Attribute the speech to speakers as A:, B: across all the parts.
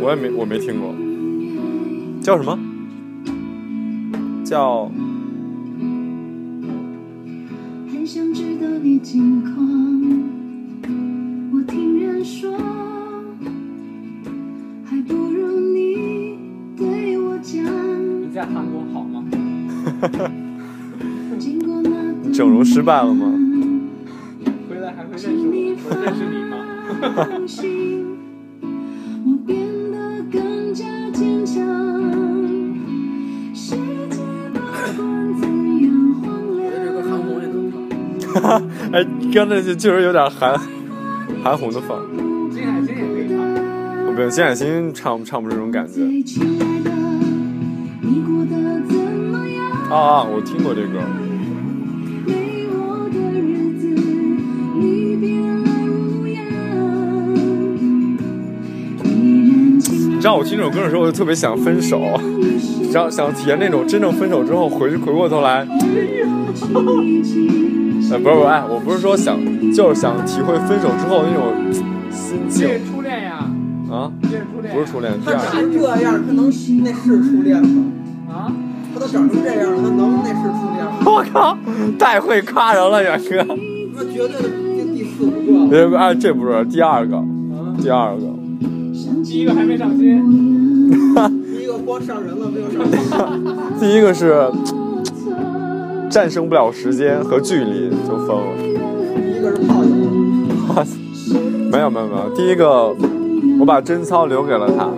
A: 我也没我没听过，
B: 叫什么？叫
C: 很想知道你近况。我听人说，还不如你对我讲。
D: 你在韩国好吗？
C: 经过那段
B: 你整容失败了吗
D: 回来还会认识
C: 是你
D: 我？我认识你吗？
C: 放心，我变得更加坚强。世界不管怎样荒
E: 我觉得这个韩红也
C: 凉。
E: 能唱。
B: 哎，刚才就确实有点韩韩红的范儿。
D: 金海心也可以唱。
B: 我不行，金海心唱唱不出这种感觉。
C: 最亲爱的，你过得怎么样？
B: 啊啊，我听过这歌。
C: 没我的日子，你变来无恙。依然清
B: 你知道我听这首歌的时候，我就特别想分手，
C: 你
B: 你知道想体验那种真正分手之后回回过头来，呃，不是不是，哎，我不是说想，就是想体会分手之后那种心
D: 这
B: 境
D: 是初恋呀，
B: 啊，
D: 这是初恋呀。
B: 不是初恋，第
E: 他
B: 二
E: 长这样，他能那是初恋吗？
D: 啊？
E: 他都长成这样了，他能那是初恋吗？
B: 我靠，太会夸人了，远哥。
E: 那绝对的第第四不个。
B: 别哎，这不是第二个，
D: 嗯，
B: 第二个，
D: 第一个还没上心，
E: 第一个光上人了，没有上心。
B: 第一个是战胜不了时间和距离就分了。
E: 第一个是泡影，
B: 哇塞没有没有没有，第一个我把贞操留给了他。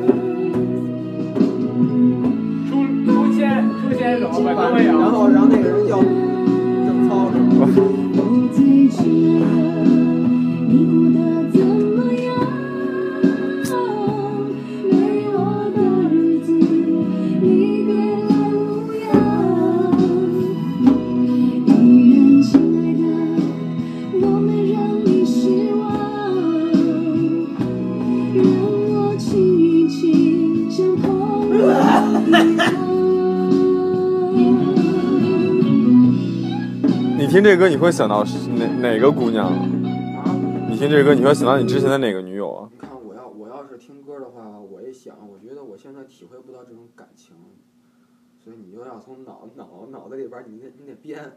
D: 出出牵出牵手，百
E: 然
D: 般
E: 后
D: 未
E: 然
D: 有。
E: 后然后那个人叫郑操是吗？
C: 我最亲爱的，你过得怎么样？没我的日子，你别来无恙。依然亲爱的，我没让你失望，让我亲一亲，像朋友一样。
B: 你听这歌，你会想到是哪哪个姑娘啊？
E: 啊，
B: 你听这歌，你会想到你之前的哪个女友啊？
E: 你看我要我要是听歌的话，我一想，我觉得我现在体会不到这种感情，所以你就要从脑脑脑子里边儿你得你得编，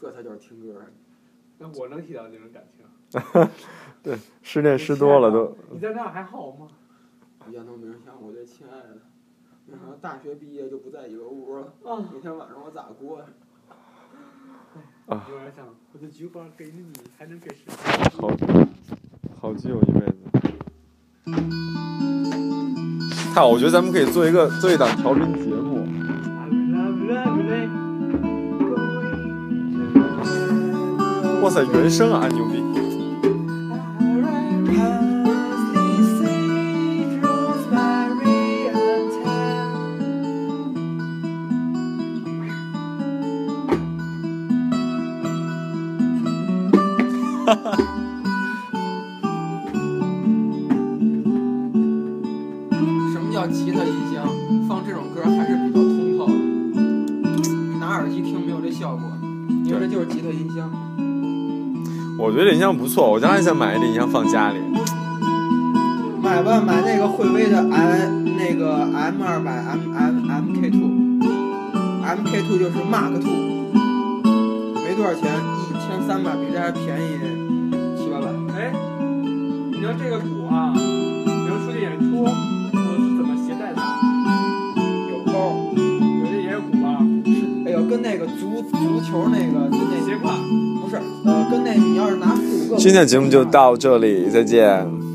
E: 这才叫听歌。
D: 那我能体到这种感情。
B: 失恋失多了都。
D: 你在那儿还好吗？
E: 也能没人像我这亲爱的，没想到大学毕业就不在一个屋了，每天晚上我咋过呀？
D: 有点想，我的菊花给了你，还能给谁？
B: 好，好基友一辈子。太好，我觉得咱们可以做一个做一档调频节目。
D: 啊
B: 哇塞，原声啊，牛逼！
E: 什么叫吉他一箱？放这种歌还是比较通透的，你拿耳机听没有这效果，因为这就是吉他音箱。
B: 我觉得这音箱不错，我将来想买一这音箱放家里。
E: 买吧，买那个惠威的 M 那个 M 二百 M M M K two，M K two 就是 Mark two，没多少钱，一千三百，比这还便宜七八百。
D: 哎，你要这个鼓啊，你要出去演出，我是怎么携带的？
E: 有包。
D: 有这也有鼓啊，
E: 哎呦，跟那个足足球那个就那
D: 斜挎。
E: 不是，呃，跟那你要是拿四五个，
B: 今天的节目就到这里，再见。